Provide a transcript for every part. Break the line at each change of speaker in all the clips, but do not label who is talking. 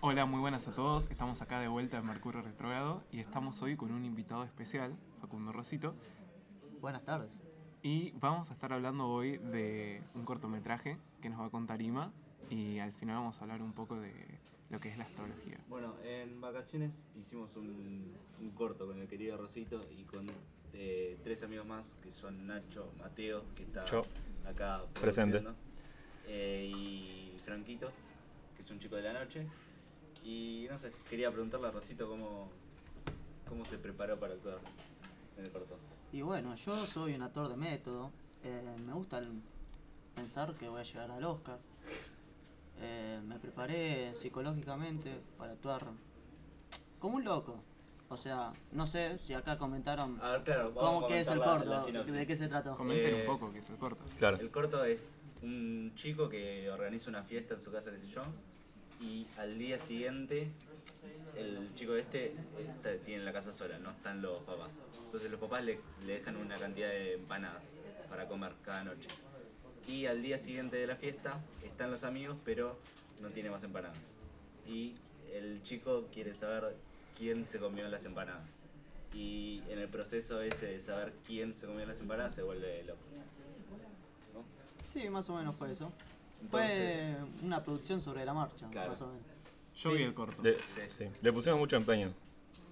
Hola, muy buenas a todos. Estamos acá de vuelta en Mercurio Retrógrado y estamos hoy con un invitado especial, Facundo Rosito,
Buenas tardes.
y vamos a estar hablando hoy de un cortometraje que nos va a contar Ima y al final vamos a hablar un poco de lo que es la astrología.
Bueno, en vacaciones hicimos un, un corto con el querido Rosito y con eh, tres amigos más que son Nacho, Mateo, que está
Yo.
acá
Presente.
produciendo, eh, y Franquito, que es un chico de la noche. Y no sé, quería preguntarle a Rosito cómo, cómo se preparó para actuar en el corto.
Y bueno, yo soy un actor de método. Eh, me gusta el- pensar que voy a llegar al Oscar. Eh, me preparé psicológicamente para actuar como un loco. O sea, no sé si acá comentaron
A ver, claro, Ah, vamos
cómo
a
que es el
comentar la- la
corto,
sinopsis.
de qué se trató.
Comenten
Eh,
un poco que es el corto.
Claro.
El corto es un chico que organiza una fiesta en su casa, qué sé yo, y al día siguiente el chico este está- tiene la casa sola, no están los papás. Entonces los papás le, le dejan una cantidad de empanadas para comer cada noche. Y al día siguiente de la fiesta están los amigos, pero no tiene más empanadas. Y el chico quiere saber quién se comió las empanadas. Y en el proceso ese de saber quién se comió las empanadas se vuelve loco. ¿no?
Sí, más o menos fue eso.
Entonces-
fue una producción sobre la marcha,
Claro.
más o menos.
Yo
sí.
vi el corto.
Le,
Sí.
sí. Le pusimos mucho empeño.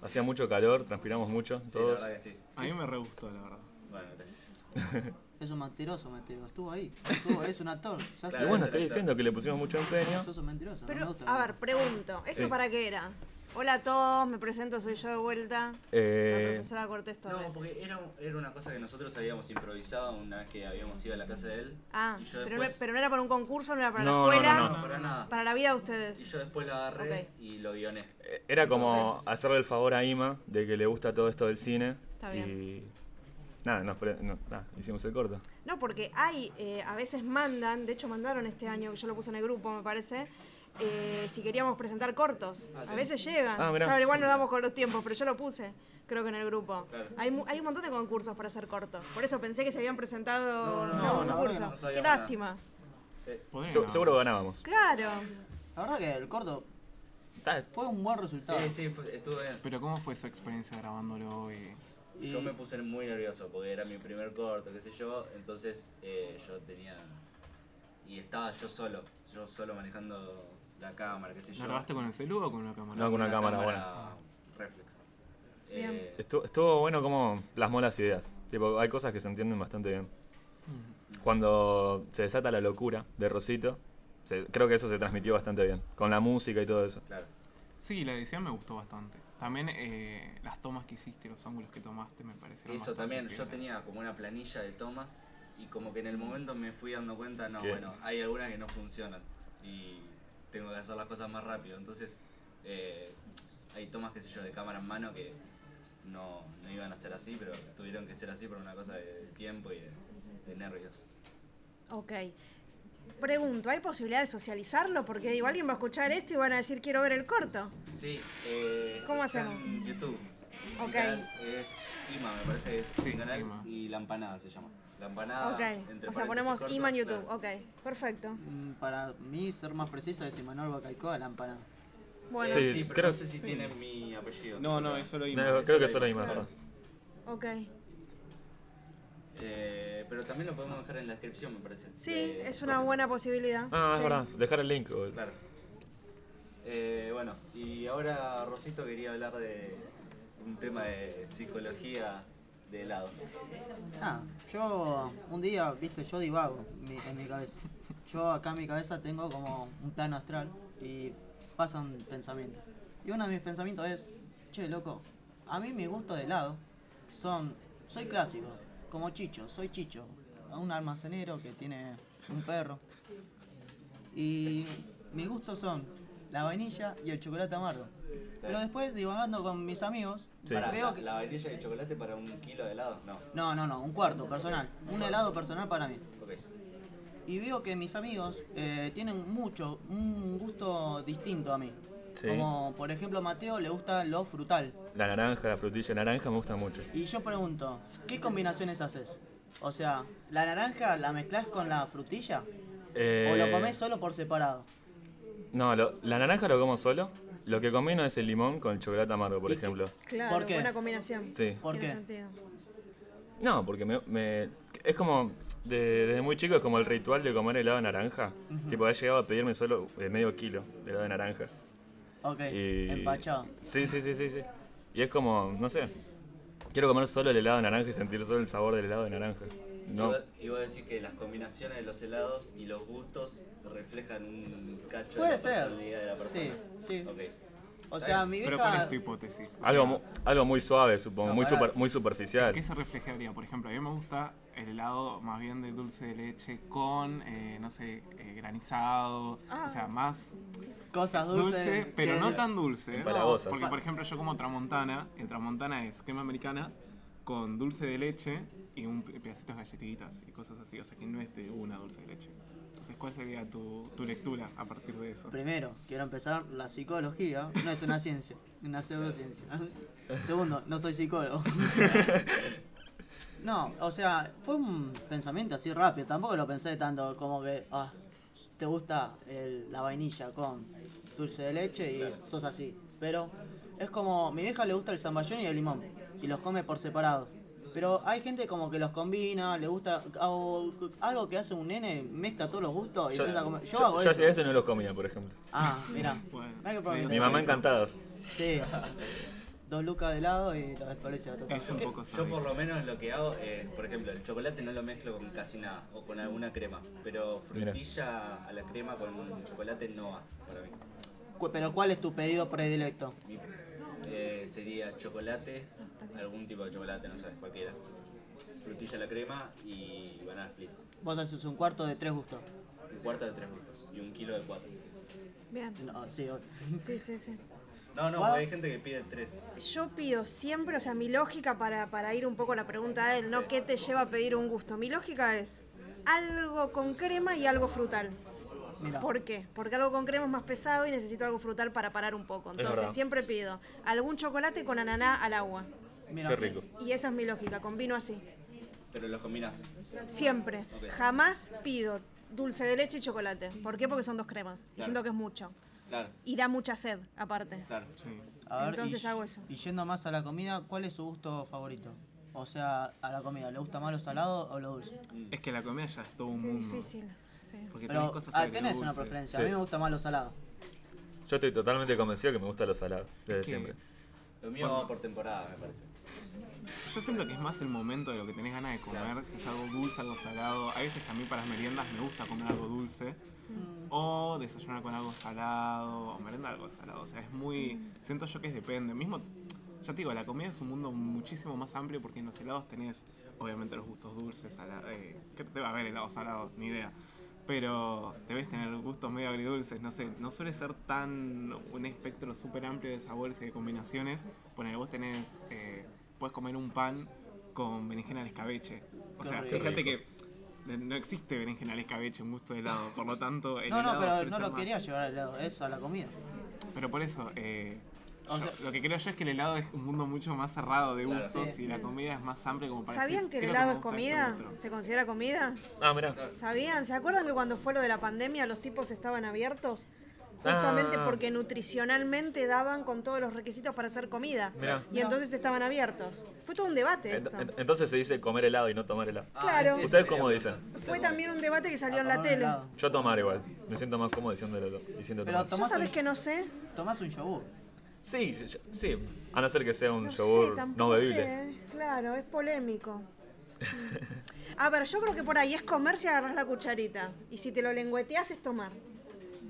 Hacía mucho calor, transpiramos mucho,
Sí, la
todos.
verdad que sí.
A mí me re gustó, la verdad.
Bueno, pues, gracias.
Es un mentiroso, Mateo. Estuvo ahí. Estuvo, es un actor. Se hace
y
Claro,
bueno,
es
estoy
el
diciendo que le pusimos mucho empeño.
Sos un mentiroso. no me
Pero,
gusta.
a ver, pregunto, ¿esto
Sí.
para qué era? Hola a todos, me presento, soy yo de vuelta, la
Eh,
profesora Cortés Torres.
No, porque era, un- era una cosa que nosotros habíamos improvisado una vez que habíamos ido a la casa de él.
ah,
y yo
pero,
después,
no, pero no era para un concurso, no era para
No,
la
no,
escuela,
No, para nada.
para la vida de
Y
ustedes.
yo después la agarré
Ok.
y lo guioné.
era como
Entonces-
hacerle el favor a Ima de que le gusta todo esto del cine.
Está
Y nada, nos pre- no, nada, hicimos el corto.
No, porque hay, eh, a veces mandan, de hecho mandaron este año, que yo lo puse en el grupo, me parece, eh, si queríamos presentar cortos.
Ah,
a
sí.
veces llegan,
Ah, mirá.
ya igual nos damos con los tiempos, pero yo lo puse. Creo que en el grupo.
Claro.
Hay, mu- hay un montón de concursos para hacer cortos. Por eso pensé que se habían
No,
presentado
no,
en
no,
algún
la verdad que
concurso.
no sabíamos
Qué
nada.
lástima.
Sí.
Podrían
Se-
haber-
seguro ganábamos.
Claro.
La verdad que el corto
Está-
fue un buen
Ah.
resultado.
Sí, sí, fue- estuvo bien.
Pero ¿cómo fue su experiencia grabándolo? eh?
Yo me puse muy nervioso porque era mi primer corto, qué sé yo. Entonces eh, yo tenía. Y estaba yo solo, yo solo manejando la cámara, qué sé
¿Lo
yo.
grabaste con el celu o con una cámara?
No, con una cámara,
Reflex.
Bien.
Eh,
Estu- estuvo bueno como plasmó las ideas. Tipo, hay cosas que se entienden bastante bien. Cuando se desata la locura de Rosito, se- creo que eso se transmitió bastante bien. Con la música y todo eso.
claro.
Sí, la edición me gustó bastante. También eh, las tomas que hiciste, los ángulos que tomaste me parecieron
Eso
bastante
también, yo
piolas.
tenía como una planilla de tomas y como que en el momento me fui dando cuenta, no,
Que-
bueno, hay algunas que no funcionan y tengo que hacer las cosas más rápido. Entonces, eh, hay tomas, qué sé yo, de cámara en mano que no, no iban a ser así, pero tuvieron que ser así por una cosa de tiempo y de, de nervios.
Ok. Pregunto, ¿hay posibilidad de socializarlo? Porque digo, alguien va a escuchar esto y van a decir quiero ver el corto.
Sí, eh,
¿Cómo
está
hacemos?
En YouTube. Mi
Ok.
canal es Ima, me parece que es
Sí,
mi canal
Ima.
y La Empanada se llama. La
Ah,
Empanada,
Ok.
entre
O sea,
paréntesis
ponemos
corto,
Iman
claro.
YouTube. Ok, perfecto.
Mm, Para mí, ser más preciso es Emanuel Bacaicoa Lámpara.
Bueno,
Eh,
Sí.
sí, pero
creo-
no sé si tiene mi apellido.
No, no, es solo Ima.
No, creo que solo hay más,
Claro.
¿verdad?
ok.
Eh, pero también lo podemos dejar en la descripción, me parece.
Sí,
de-
es una buena posibilidad.
Ah, es
Sí.
verdad. Dejar el link. o-
Claro. Eh, bueno, y ahora Rosito quería hablar de un tema de psicología de helados.
Ah, yo un día, viste, yo divago mi- en mi cabeza. Yo acá en mi cabeza tengo como un plano astral y pasan pensamientos. Y uno de mis pensamientos es, che, loco, a mí mi gusto de helado son, soy clásico, como Chicho, soy Chicho, un almacenero que tiene un perro. Y mis gustos son la vainilla y el chocolate amargo. Pero después, divagando con mis amigos,
Sí.
Pará,
veo
la,
que...
la vainilla y el chocolate para un kilo de helados? No.
No, no, no, un cuarto personal. Un helado personal para mí.
Ok.
Y veo que mis amigos eh, tienen mucho, un gusto distinto a mí.
Sí.
Como por ejemplo Mateo le gusta lo frutal.
La naranja, la frutilla naranja me gusta mucho.
Y yo pregunto, ¿qué combinaciones haces? O sea, ¿la naranja la mezclas con la frutilla? ¿O
Eh,
lo comes solo por separado?
No, lo- la naranja lo como solo. Lo que combino es el limón con el chocolate amargo, por
¿Y qué?
ejemplo.
Claro,
¿Por qué?
buena combinación.
Sí.
¿Por
Tiene
qué?
sentido.
No, porque me, me- es como, de- desde muy chico es como el ritual de comer helado de naranja. Tipo, he llegado a pedirme solo eh, medio kilo de helado de naranja.
Ok,
Y-
empachado.
Sí, sí, sí, sí, sí. Y es como, no sé, quiero comer solo el helado de naranja y sentir solo el sabor del helado de naranja. No,
Y vos decís que las combinaciones de los helados y los gustos reflejan un cacho de
Puede
la
ser.
personalidad de la
Sí,
persona.
sí.
Ok.
O
Eh,
sea, mi vieja.
Propones tu hipótesis. O sea,
algo, mu- algo muy suave, supongo,
No,
muy,
pará.
super- muy superficial.
¿Qué se reflejaría? Por ejemplo, a mí me gusta el helado más bien de dulce de leche con, eh, no sé, eh, granizado. O sea, más
Cosas dulces.
dulce, pero
que-
no tan dulce.
Empalagosas.
Porque, por ejemplo, yo como tramontana, en tramontana es crema americana con dulce de leche y un pe- pedacito de galletitas y cosas así. O sea, que no es de una dulce de leche. Entonces, ¿cuál sería tu, tu lectura a partir de eso?
Primero, quiero empezar la psicología. No es una ciencia, una pseudociencia. Segundo, no soy psicólogo. No, o sea, fue un pensamiento así rápido. Tampoco lo pensé tanto como que, ah, te gusta el- la vainilla con dulce de leche y sos así. Pero es como, mi vieja le gusta el zamballón y el limón. Y los come por separado. Pero hay gente como que los combina, le gusta ah, o algo que hace un nene, mezcla todos los gustos y
Yo,
empieza a comer. Yo,
yo-
hago
yo
eso.
hacía eso y no los comía, por ejemplo.
Ah, mira.
Bueno,
Mirá qué problema.
Mi mamá encantadas.
Sí. Dos lucas de lado y la descolecha de
Es un poco
Yo
sádico.
por lo menos lo que hago, eh, por ejemplo, el chocolate no lo mezclo con casi nada o con alguna crema, pero
Mira.
frutilla a la crema con chocolate no va para mí.
Cu- Pero ¿cuál es tu pedido predilecto?
Mi- eh, sería chocolate, algún tipo de chocolate, no sabes, cualquiera. Frutilla a la crema y banana split.
Vos haces un cuarto de tres gustos.
Un cuarto de tres gustos y un kilo de cuatro.
Bien.
No, sí, o-
Sí, sí, sí.
No, no,
Wow.
porque hay gente que pide tres.
Yo pido siempre, o sea, mi lógica para, para ir un poco a la pregunta de él, ¿no? ¿Qué te lleva a pedir un gusto? Mi lógica es algo con crema y algo frutal.
mira.
¿Por qué? Porque algo con crema es más pesado y necesito algo frutal para parar un poco. Entonces
verdad.
siempre pido algún chocolate con ananá al agua.
mira.
Qué rico.
Y esa es mi lógica, combino así.
Pero los combinás.
Siempre.
Ok.
Jamás pido dulce de leche y chocolate. ¿Por qué? Porque son dos cremas. Y
Claro.
siento que es mucho.
Claro,
Y da mucha sed, aparte.
claro.
Sí.
A ver,
Entonces
y,
hago eso.
Y yendo más a la comida, ¿cuál es su gusto favorito? O sea, a la comida, ¿le gusta más lo salado o lo dulce?
Es que la comida ya es todo un
Qué
mundo.
difícil. Sí.
Porque tenés
Pero
cosas
ah, tenés una
agridulces.
preferencia, a
Sí.
mí me gusta más lo salado.
Yo estoy totalmente convencido que me gusta los salados, desde
Es que-
siempre.
Lo mío va por temporada, me parece.
Yo siento que es más el momento de lo que tenés ganas de comer, si es algo dulce, algo salado. A veces también para las meriendas me gusta comer algo dulce. O desayunar con algo salado, o merendar algo salado. O sea, es muy. Siento yo que es depende. Mismo, ya te digo, la comida es un mundo muchísimo más amplio porque en los helados tenés, obviamente, los gustos dulces, salados. ¿Qué te va a haber helado salado? Ni idea. Pero debes tener gustos medio agridulces, no sé, no suele ser tan un espectro súper amplio de sabores y de combinaciones. Poner, vos tenés, eh, puedes comer un pan con berenjena al escabeche. O
Qué
sea,
rico.
fíjate que de- no existe berenjena al escabeche en gusto de helado, por lo tanto. El
No, no,
helado
pero
suele
no
ser
lo
más-
quería llevar al helado, eso a la comida.
Pero por eso, eh,
O
yo-
sea-
lo que creo yo es que el helado es un mundo mucho más cerrado de
Claro.
gustos
Sí.
y la comida es más amplia como para
¿Sabían
decir,
que el
creo
helado
me
es
gusta
comida?
este otro.
¿Se considera comida?
Ah, mirá.
¿Sabían? ¿Se acuerdan que cuando fue lo de la pandemia los tipos estaban abiertos? Justamente
Ah.
porque nutricionalmente daban con todos los requisitos para hacer comida.
Mirá.
Y entonces estaban abiertos. Fue todo un debate
Ent-
esto.
ent- entonces se dice comer helado y no tomar helado.
Ah,
Claro.
eso
¿Ustedes
quería
cómo
preguntar.
dicen?
Fue también un debate que salió
A
en la
comer
tele.
helado.
Yo tomar igual. Me siento más cómodo diciéndolo, diciendo
Pero
tomar.
¿Yo
tomás
sabes
un,
que no sé?
tomás un yogur.
Sí, yo- yo- sí. A no ser que sea un
No sé,
yogur no
tampoco
bebible.
sé. Claro, es polémico. A ver, yo creo que por ahí es comer si agarras la cucharita. Y si te lo lengüeteas es tomar.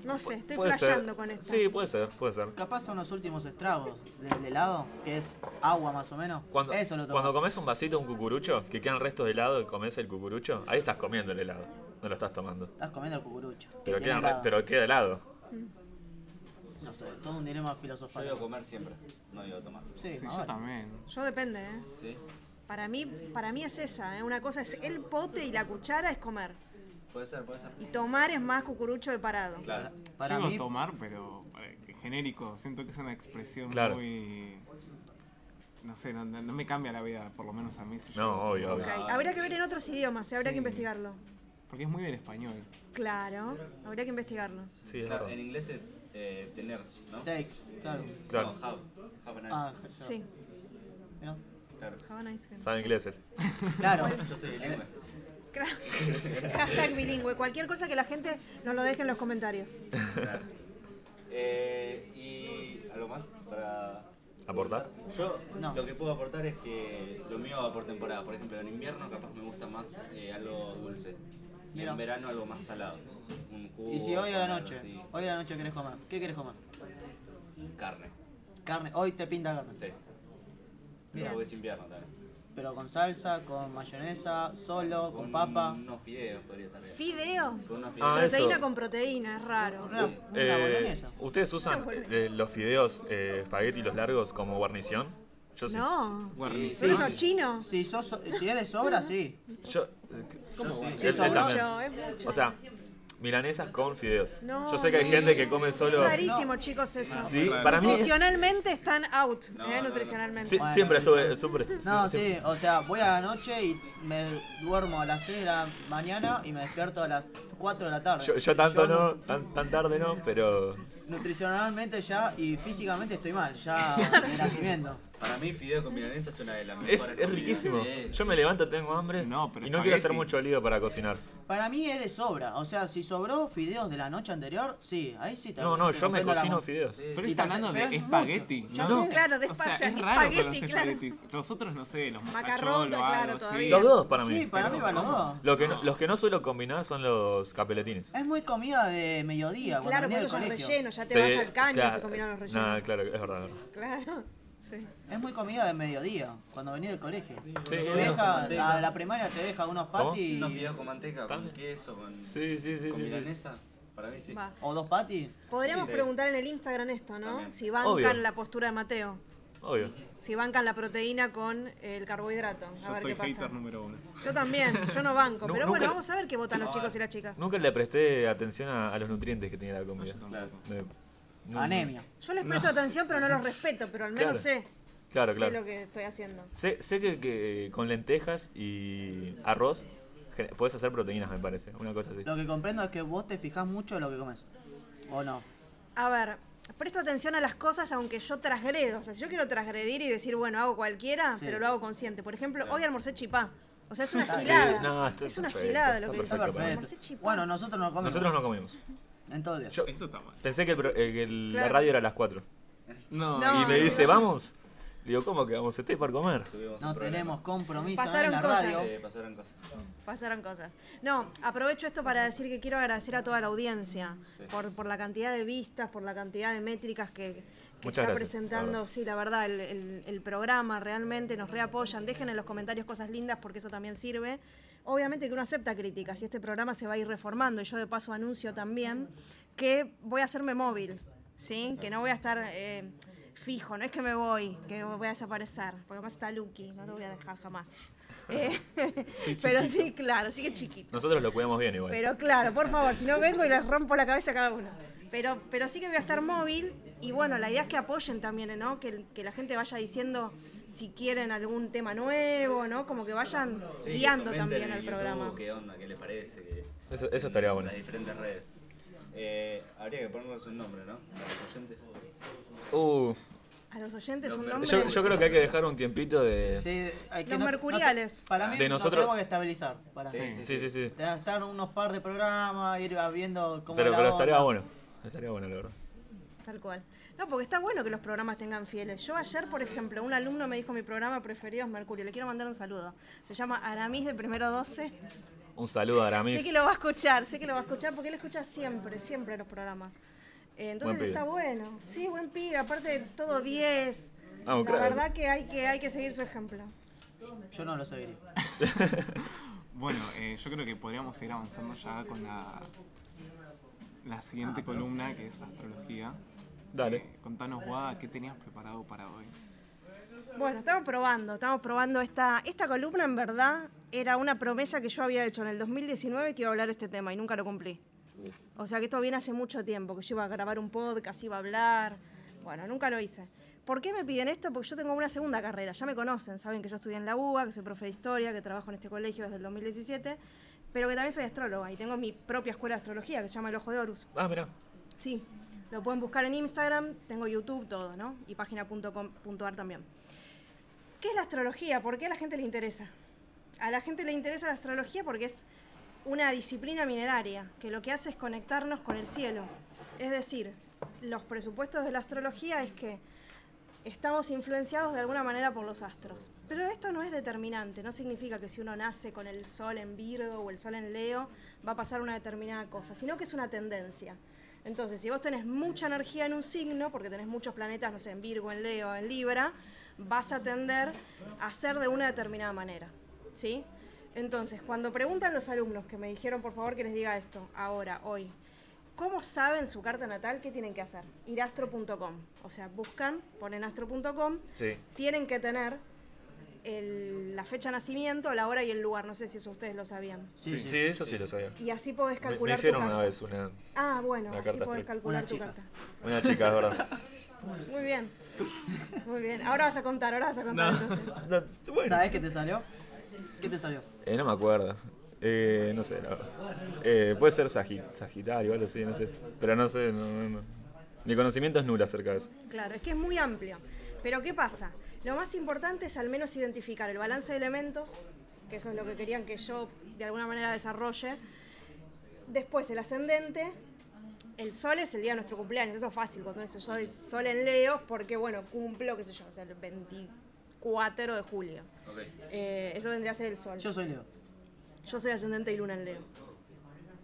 No sé, estoy
Puede ser.
flasheando con esto.
Sí, puede ser, puede ser.
Capaz son los últimos estragos del helado, que es agua más o menos.
Cuando,
Eso lo tomas.
cuando comes un vasito, un cucurucho, que quedan restos de helado y comes el cucurucho, ahí estás comiendo el helado. No lo estás tomando.
Estás comiendo el cucurucho. que
Pero,
tiene
quedan re-
helado.
pero queda helado.
No sé, todo un dilema
Yo digo
filosófico.
comer siempre, no digo tomar.
Sí,
Sí,
más
yo
vale.
también.
Yo depende, ¿eh?
¿Sí?
Para mí, para mí es esa, ¿eh? una cosa es el pote y la cuchara es comer.
Puede ser, puede ser.
Y tomar es más cucurucho de parado.
Claro.
Para
Llego
mí,
a tomar, pero eh, genérico. Siento que es una expresión
Claro.
muy. No sé, no, no- no me cambia la vida, por lo menos a mí. si yo-
No, obvio,
Ok,
obvio.
Habría que ver en otros idiomas, ¿eh? habría
Sí.
que investigarlo.
Porque es muy del español.
Claro, habría que investigarlo.
Sí, es
Claro,
verdad.
en inglés es eh, tener, ¿no?
Take, claro.
Claro.
No, have. Have a nice.
Ah, ya.
Sí,
Mirá.
Claro.
have a nice game.
Sabe inglés él.
Claro.
Yo soy bilingüe.
Claro. Hashtag bilingüe. Cualquier cosa que la gente nos lo deje en los comentarios.
Claro. Eh, ¿Y algo más para
¿Aportar?
Yo
No.
lo que puedo aportar es que lo mío va por temporada. Por ejemplo, en invierno capaz me gusta más eh, algo dulce. Y
Mira.
en verano algo más salado. Un jugo.
Y si hoy a la
con algo
noche,
así.
hoy a la noche querés comer, ¿qué querés comer?
Carne.
Carne, hoy te pinta carne.
Sí.
Mira.
Luego es invierno también.
Pero con salsa, con mayonesa, solo, con
Con
papa.
Unos fideos podría estar bien.
Fideos.
Con unos
Ah,
fideos.
eso.
Proteína con proteína, es raro.
Una, una
Eh,
boloñesa.
¿Ustedes usan
Una boloñesa.
eh, los fideos eh, espagueti, los largos, como guarnición? Yo sí.
No.
Guarnición.
¿Son esos chinos?
Si, sos, si es de sobra, sí.
Yo, eh,
Yo sí.
él- él
sobró.
también.
Mucho, es mucho.
O sea, milanesas con fideos.
No,
Yo sé que hay
sí.
gente que come solo.
Es rarísimo, chicos, eso.
Sí, para mí. es-
Nutricionalmente están out,
No,
eh,
no, no.
nutricionalmente.
Sí,
Bueno,
siempre
listo.
estuve. Super,
No,
siempre-
sí, o sea, voy a la noche y me duermo a las 6 de la mañana y me despierto a las 4 de la tarde.
Yo, yo tanto
Yo
no, tan, tan tarde no, pero.
nu- Nutricionalmente ya y físicamente estoy mal, ya de nacimiento.
Para mí fideos con milanesa es una de las mejores.
Es, es
comidas.
riquísimo.
Sí.
Yo me levanto, tengo hambre
No, pero
y no quiero hacer
espagueti.
mucho lío para cocinar.
Para mí es de sobra, o sea, si sobró fideos de la noche anterior, sí, ahí sí te
No, no,
te
yo me
comprendo la
cocino
voz.
fideos.
Pero
Sí,
está
te hace-
hablando
pero
de
es
espagueti,
mucho. Ya
¿no?
sé. Claro, de
O sea,
espagueti,
es raro con los
espagueti, claro.
espaguetis. Los otros, no sé, los
Macarrón,
macarrones,
claro,
algo
todavía.
así.
Los dos para mí.
Sí, para mí
pero-
van los dos.
Lo que no- los que no suelo combinar son los capeletines.
Es muy comida de mediodía, cuando
Claro,
venía del
porque ya es
colegio.
relleno, ya Ah, te
Sí,
vas al caño
claro,
si combinan los
es-
rellenos.
nah, claro, es verdad.
Claro, sí.
Es muy comida de mediodía, cuando venís del colegio.
Sí,
te
bueno.
deja, a la primaria te deja unos
¿Cómo?
patis
Unos fideos con manteca, con
También.
queso, con,
Sí, sí, sí,
con
sí, sí.
milanesa. Para mí sí.
Va.
o dos patis.
Podríamos
Sí.
preguntar en el Instagram esto, ¿no?
También.
Si bancan
Obvio.
la postura de Mateo.
Obvio.
Si bancan la proteína con el carbohidrato. A
Yo
ver
soy
qué pasa.
hater número uno.
Yo también, yo no banco.
Nu-
pero
nunca-
bueno, vamos a ver qué votan los chicos y las chicas.
Nunca le presté atención a, a los nutrientes que tenía la comida.
Claro.
Me- no-
Anemia.
Yo les presto atención, pero no los respeto, pero al menos
Claro,
sé,
Claro,
sé lo
claro.
que estoy haciendo.
Sé, sé que, que con lentejas y arroz gen- podés hacer proteínas, me parece. Una cosa así.
Lo que comprendo es que vos te fijás mucho en lo que comes. ¿O no?
A ver, presto atención a las cosas aunque yo trasgredo. O sea, si yo quiero trasgredir y decir, bueno, hago cualquiera,
Sí.
pero lo hago consciente. Por ejemplo, hoy almorcé chipá. O sea, es una
Sí,
gilada.
Ah, no, está-
es una
está
gilada lo
perfecto,
que
Está
está
dice.
perfecto.
perfecto.
Almorcé chipá.
Bueno, nosotros no comemos.
Nosotros no comimos.
En todo el día.
Yo
Eso está mal.
pensé que, el pro- eh, que el-
Claro.
la radio era a las 4.
No,
No.
Y me dice, ¿vamos? Le digo, ¿cómo que vamos? Estoy para comer.
Tuvimos
No
un problema.
tenemos compromiso
Pasaron
en la
cosas.
radio.
Sí, pasaron cosas.
Pasaron cosas. No, aprovecho esto para decir que quiero agradecer a toda la audiencia
Sí.
por, por la cantidad de vistas, por la cantidad de métricas que, que
Muchas
está
gracias,
presentando.
la verdad.
sí, la verdad, el, el- el programa realmente nos reapoyan. Dejen en los comentarios cosas lindas porque eso también sirve. Obviamente que uno acepta críticas y este programa se va a ir reformando. Y yo de paso anuncio también que voy a hacerme móvil, ¿sí? Que no voy a estar eh, fijo, no es que me voy, que voy a desaparecer, porque además está Lucky, no lo voy a dejar jamás. Eh, pero sí, claro, sí que chiquito.
Nosotros lo cuidamos bien igual.
Pero claro, por favor, si no vengo y les rompo la cabeza a cada uno. Pero, pero sí que voy a estar móvil y bueno, la idea es que apoyen también, ¿no? Que, que la gente vaya diciendo si quieren algún tema nuevo, ¿no? Como que vayan
Sí,
guiando
comenten
también
en
al
YouTube
programa.
¿Qué onda? ¿Qué le parece? que-
Eso- eso estaría
en
bueno.
Las diferentes redes. Eh, habría que ponerles un nombre, ¿no? Para los oyentes.
Uh,
A los oyentes un
Yo-
nombre.
yo, yo creo que hay que dejar un tiempito de...
Sí, hay que
Los
no-
mercuriales.
no te- para mí,
De
nosotros... nos
nosotros-
tenemos que estabilizar. Para
Sí.
mí.
Sí, sí, sí.
Te van a estar unos par de programas, ir viendo cómo
Pero,
es la
pero
onda.
estaría bueno. Estaría bueno, la verdad.
Tal cual. No, porque está bueno que los programas tengan fieles. Yo ayer, por ejemplo, un alumno me dijo mi programa preferido es Mercurio. Le quiero mandar un saludo. Se llama Aramis de primero 12.
Un saludo a
Sé
Aramis.
que lo va a escuchar, sé que lo va a escuchar porque él escucha siempre, siempre los programas. Eh, entonces
Buen pibe.
está bueno. Sí, buen pibe, aparte de todo 10.
Ah, un
La
crack.
verdad que hay, que hay que seguir su ejemplo.
Yo no lo seguiría.
Bueno, eh, yo creo que podríamos seguir avanzando ya con la, la siguiente columna, que es astrología.
Dale.
Eh, contanos, Guada, ¿qué tenías preparado para hoy?
Bueno, estamos probando, estamos probando esta, esta columna en verdad era una promesa que yo había hecho en el 2019 que iba a hablar de este tema y nunca lo cumplí. O sea que esto viene hace mucho tiempo, que yo iba a grabar un podcast, iba a hablar. Bueno, nunca lo hice. ¿Por qué me piden esto? Porque yo tengo una segunda carrera, ya me conocen, saben que yo estudié en la UBA, que soy profe de historia, que trabajo en este colegio desde el 2017, pero que también soy astróloga y tengo mi propia escuela de astrología que se llama El Ojo de Horus.
Ah, mirá.
Sí, lo pueden buscar en Instagram, tengo YouTube, todo, ¿no? Y página.com.ar también. ¿Qué es la astrología? ¿Por qué a la gente le interesa? A la gente le interesa la astrología porque es una disciplina mineraria, que lo que hace es conectarnos con el cielo. Es decir, los presupuestos de la astrología es que estamos influenciados de alguna manera por los astros. Pero esto no es determinante, no significa que si uno nace con el sol en Virgo o el sol en Leo va a pasar una determinada cosa, sino que es una tendencia. Entonces, si vos tenés mucha energía en un signo, porque tenés muchos planetas, no sé, en Virgo, en Leo, en Libra, vas a tender a ser de una determinada manera. ¿Sí? Entonces, cuando preguntan los alumnos que me dijeron, por favor, que les diga esto, ahora, hoy, ¿cómo saben su carta natal? ¿Qué tienen que hacer? Ir a astro.com. O sea, buscan, ponen astro.com,
Sí.
tienen que tener el- la fecha de nacimiento, la hora y el lugar. No sé si eso ustedes lo sabían.
Sí, sí, eso sí lo sabía.
Y así podés
Me, me
calcular. tu
hicieron
carta.
una vez una,
Ah, bueno,
Una
así
carta
podés
astral.
calcular
Una
tu
chica.
carta.
una chica, es verdad.
Muy bien. Muy bien. Ahora vas a contar, ahora vas a contar entonces.
No, bueno.
¿Sabes qué te salió? ¿Qué te salió?
Eh, no me acuerdo. Eh, no sé, la verdad. Eh, puede ser sagi- Sagitario, algo así, no sé. Pero no sé, no, no, no. Mi conocimiento es nulo acerca de eso.
Claro, es que es muy amplio. Pero ¿qué pasa? Lo más importante es al menos identificar el balance de elementos, que eso es lo que querían que yo de alguna manera desarrolle. Después el ascendente. El sol es el día de nuestro cumpleaños, eso es fácil, cuando dice yo soy sol en Leo, porque bueno, cumplo, qué sé yo, o sea, el 24 de julio.
Ok.
Eh, eso vendría a ser el sol.
Yo soy Leo.
Yo soy ascendente y luna en Leo.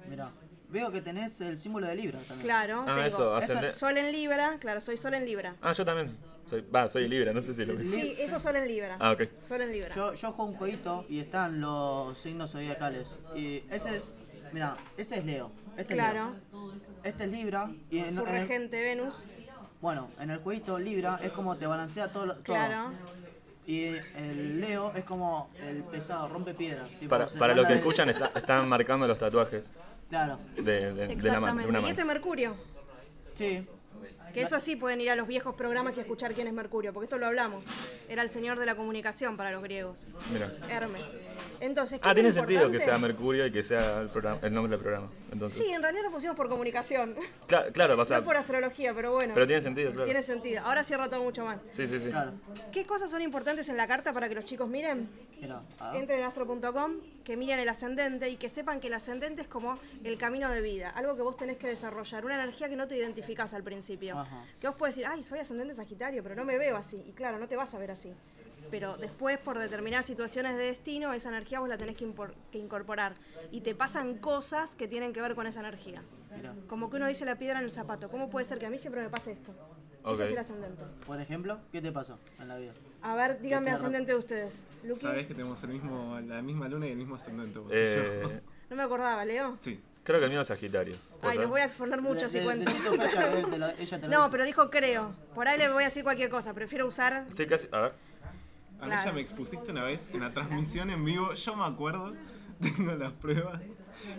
Mirá. Veo que tenés el símbolo de Libra también.
Claro,
Ah,
tengo
Eso-
eso, ascende-
sol en Libra, claro, soy sol en Libra.
Ah, yo también. Soy, va, soy Libra, no sé si lo vi.
Sí, eso sol en Libra.
Ah, ok.
Sol en Libra.
Yo, yo juego un jueguito y están los signos zodiacales. Y ese es. Mira, ese es Leo. Este
Claro.
es Leo. Este es Libra. Y
Eh,
en-
su
en el-
regente Venus.
Bueno, en el jueguito Libra es como te balancea todo. lo- todo.
Claro.
Y el Leo es como el pesado, rompe piedra. tipo,
Para,
se
para los
trata
que
de-
escuchan, está- están marcando los tatuajes
Claro.
de, de- de la mano. de
Exactamente.
una
y este
mano.
Mercurio.
Sí.
Que eso sí pueden ir a los viejos programas y escuchar quién es Mercurio, porque esto lo hablamos. Era el señor de la comunicación para los griegos.
Mira.
Hermes. Entonces, ¿qué
Ah,
es
tiene
lo
sentido que sea
importante?
Mercurio y que sea el, programa- el nombre del programa. Entonces.
Sí, en realidad lo pusimos por comunicación.
Cla- claro, pasa.
no por astrología, pero bueno.
Pero tiene sentido, claro.
Tiene sentido. Ahora cierro todo mucho más.
Sí, sí, sí.
Claro.
¿Qué cosas son importantes en la carta para que los chicos miren?
Mirá, a ver.
Entren en astro.com, que miren el ascendente y que sepan que el ascendente es como el camino de vida, algo que vos tenés que desarrollar, una energía que no te identificás al principio.
Ajá.
Que vos podés decir, ay, soy ascendente Sagitario, pero no me veo así. Y claro, no te vas a ver así. Pero después, por determinadas situaciones de destino, esa energía vos la tenés que, impor- que incorporar. Y te pasan cosas que tienen que ver con esa energía.
Mirá.
Como que uno dice la piedra en el zapato. ¿Cómo puede ser que a mí siempre me pase esto?
Ok.
Eso es el ascendente.
Por ejemplo, ¿qué te pasó en la vida?
A ver, díganme
tierra.
ascendente de ustedes. Luqui,
Sabés que tenemos el mismo, la misma luna y el mismo ascendente. vos y yo.
Eh,
no me acordaba, Leo.
Sí.
creo que el mío es Sagitario. ¿Puede
Ay,
ser?
los voy a exponer mucho
Le-
si
le-
cuento.
decí tu fecha, él te la- ella te la
No,
dice.
pero dijo creo. Por ahí le voy a decir cualquier cosa. Prefiero usar.
Estoy casi. A ver.
A
Claro.
ella me expusiste una vez en la transmisión en vivo, yo me acuerdo, tengo las pruebas,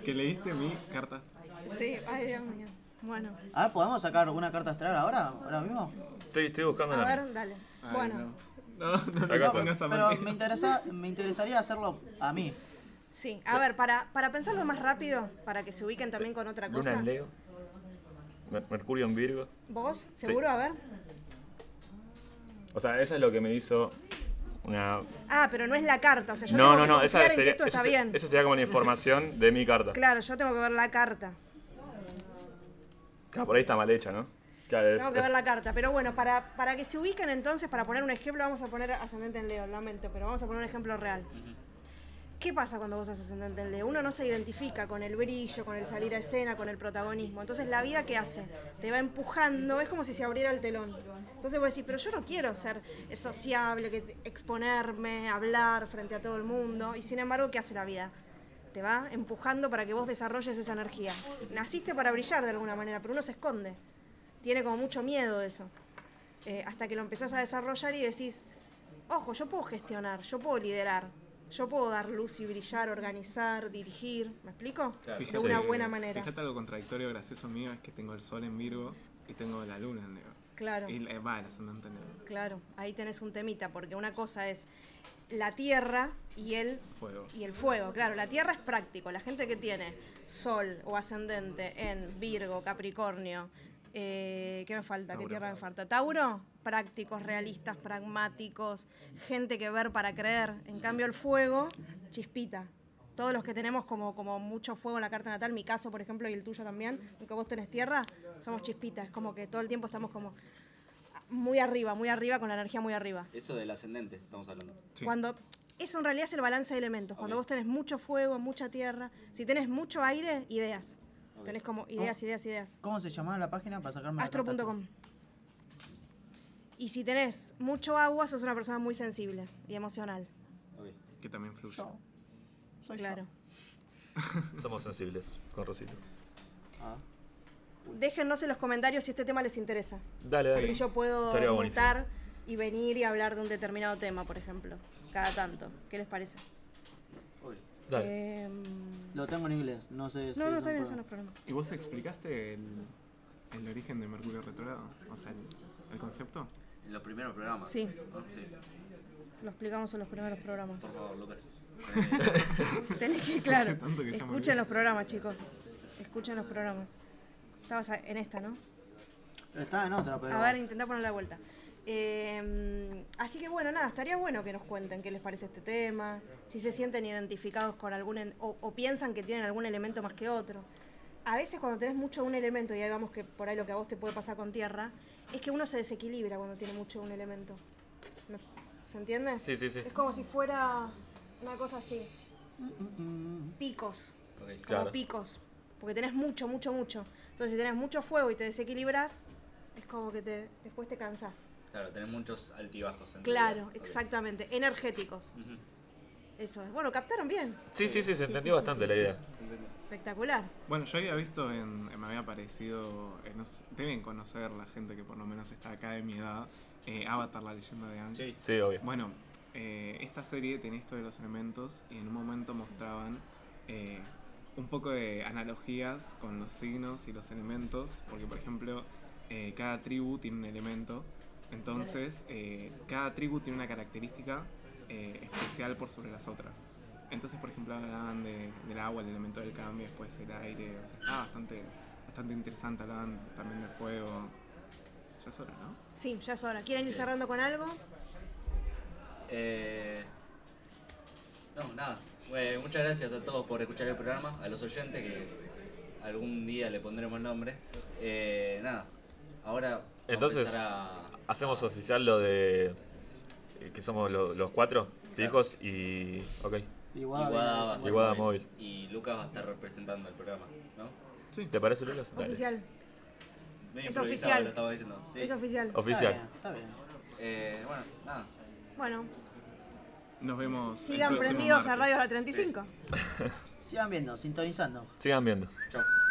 que leíste mi carta.
Sí, ay, Dios mío. Bueno,
A ver, ¿podemos sacar una carta astral ahora? ¿Ahora mismo?
Estoy, estoy buscando
a
la
ver, dale.
Ay,
Bueno,
No, no, no,
Acá
no
está.
pongas a
Pero
mentir.
me, interesa, me interesaría hacerlo a mí.
sí. A ver, para, para pensarlo más rápido, para que se ubiquen también con otra
Luna
cosa.
en Leo. Mer- Mercurio en Virgo.
¿Vos? ¿Seguro? A ver.
O sea, eso es lo que me hizo una...
Ah, pero no es la carta. O sea, yo
No,
tengo
no,
que
no,
confiar
esa
en que
sería,
esto
eso
está
se-
bien.
eso sería como la información de mi carta.
Claro, yo tengo que ver la carta.
Claro, por ahí está mal hecha, ¿no? Claro, eh. es-
Tengo que
es-
ver la carta. Pero bueno, para, para que se ubiquen entonces, para poner un ejemplo, vamos a poner ascendente en Leo, lamento, pero vamos a poner un ejemplo real. ¿Qué pasa cuando vos sos ascendente en Leo? Uno no se identifica con el brillo, con el salir a escena, con el protagonismo. Entonces, ¿la vida qué hace? Te va empujando, es como si se abriera el telón. Entonces vos decís, pero yo no quiero ser sociable, que exponerme, hablar frente a todo el mundo. Y sin embargo, ¿qué hace la vida? Te va empujando para que vos desarrolles esa energía. Naciste para brillar de alguna manera, pero uno se esconde tiene como mucho miedo de eso. Eh, hasta que lo empezás a desarrollar y decís, ojo, yo puedo gestionar, yo puedo liderar, yo puedo dar luz y brillar, organizar, dirigir, ¿me explico?
Claro.
De una
Sí.
buena manera.
Fíjate algo contradictorio gracioso mío, es que tengo el sol en Virgo y tengo la luna en Leo.
Claro,
Y la- va, el ascendente en Leo.
claro, ahí tenés un temita, porque una cosa es la tierra y el
Fuego.
y el fuego, claro, la tierra es práctico. La gente que tiene sol o ascendente en Virgo, Capricornio, eh, ¿qué me falta? ¿Qué
Tauro.
tierra me falta? Tauro, prácticos, realistas, pragmáticos, gente que ver para creer. En cambio, el fuego, chispita. Todos los que tenemos como, como mucho fuego en la carta natal, mi caso, por ejemplo, y el tuyo también, aunque vos tenés tierra, somos chispitas. Es como que todo el tiempo estamos como muy arriba, muy arriba, con la energía muy arriba.
Eso del ascendente, estamos hablando.
Sí.
Cuando eso en realidad es el balance de elementos. Cuando
Ok.
vos tenés mucho fuego, mucha tierra, si tenés mucho aire, ideas.
Ok.
Tenés como ideas, ideas, ideas.
¿Cómo se llamaba la página para sacarme la carta?
Astro.com. Y si tenés mucho agua, sos una persona muy sensible y emocional.
Ok.
Que también fluye.
Yo. Soy
Claro.
Somos sensibles con Rosito.
yo. Ah.
Déjennos en los comentarios si este tema les interesa.
Dale, dale.
Si yo puedo
Estaría buenísimo.
montar y venir y hablar de un determinado tema, por ejemplo. Cada tanto. ¿Qué les parece?
Ok.
Dale.
Em,
Lo tengo en inglés, no sé si.
no, no,
es
está
un
bien, eso
problema.
no es problema.
¿Y vos explicaste el, el origen de Mercurio retrógrado? O sea, el, el concepto.
En los primeros programas.
Sí.
Ah, sí.
Lo explicamos en los primeros programas.
Por favor, Lucas.
Tenés que, claro.
tanto que ya me olvidé.
Escuchen los programas, chicos. Escuchen los programas. Estabas a- en esta, ¿no?
Estaba en otra, pero.
A ver, intentá poner la vuelta. Eh, así que bueno, nada, estaría bueno que nos cuenten qué les parece este tema, si se sienten identificados con algún, en- o, o piensan que tienen algún elemento más que otro. A veces cuando tenés mucho de un elemento, y ahí vamos que por ahí lo que a vos te puede pasar con tierra, es que uno se desequilibra cuando tiene mucho de un elemento. ¿Me- ¿Se entiende?
Sí, sí, sí.
Es como si fuera una cosa así,
Mm, mm, mm.
picos.
Ok.
como
Claro.
picos. Porque tenés mucho, mucho, mucho. Entonces, si tenés mucho fuego y te desequilibras, es como que te, después te cansás.
Claro, tenés muchos altibajos. en tu
Claro,
vida. Ok.
exactamente. Energéticos.
Ujú.
Eso es. Bueno, captaron bien.
Sí, sí, sí, se entendió bastante la idea.
Se entiende.
Espectacular.
Bueno, yo había visto, en, eh, me había aparecido, eh, no sé, deben conocer la gente que por lo menos está acá de mi edad, eh, Avatar, la leyenda de Aang.
Sí.
Sí, obvio.
Bueno, eh, esta serie tenía esto de los elementos y en un momento mostraban eh, un poco de analogías con los signos y los elementos, porque por ejemplo eh, cada tribu tiene un elemento, entonces eh, cada tribu tiene una característica eh, especial por sobre las otras. Entonces, por ejemplo, hablaban de- del agua, el elemento del cambio, después el aire, o sea, estaba bastante, bastante interesante, hablaban también del fuego. Ya es hora, ¿no?
Sí, ya es hora. ¿Quieren ir
Sí.
cerrando con algo?
Eh, no, nada. Bueno, muchas gracias a todos por escuchar el programa, a los oyentes que algún día le pondremos nombre. Eh, nada, ahora vamos a
Entonces-
empezar a-
Hacemos oficial lo de eh, que somos lo- los cuatro fijos y. Ok.
Igual.
Iguada va a ser
Iguada
móvil,
móvil.
Y Lucas va a estar representando el programa, ¿no?
Sí.
¿Te parece, Lucas? Dale.
Oficial.
Medio
Es
improvisado,
oficial.
Lo estaba diciendo. Sí.
Es oficial.
Está
Oficial.
bien, está bien.
Eh, bueno, nada.
Bueno,
Nos vemos. el
sigan
próximo
prendidos a
martes.
Radio La 35.
Sigan viendo, sintonizando.
Sigan viendo.
Chao.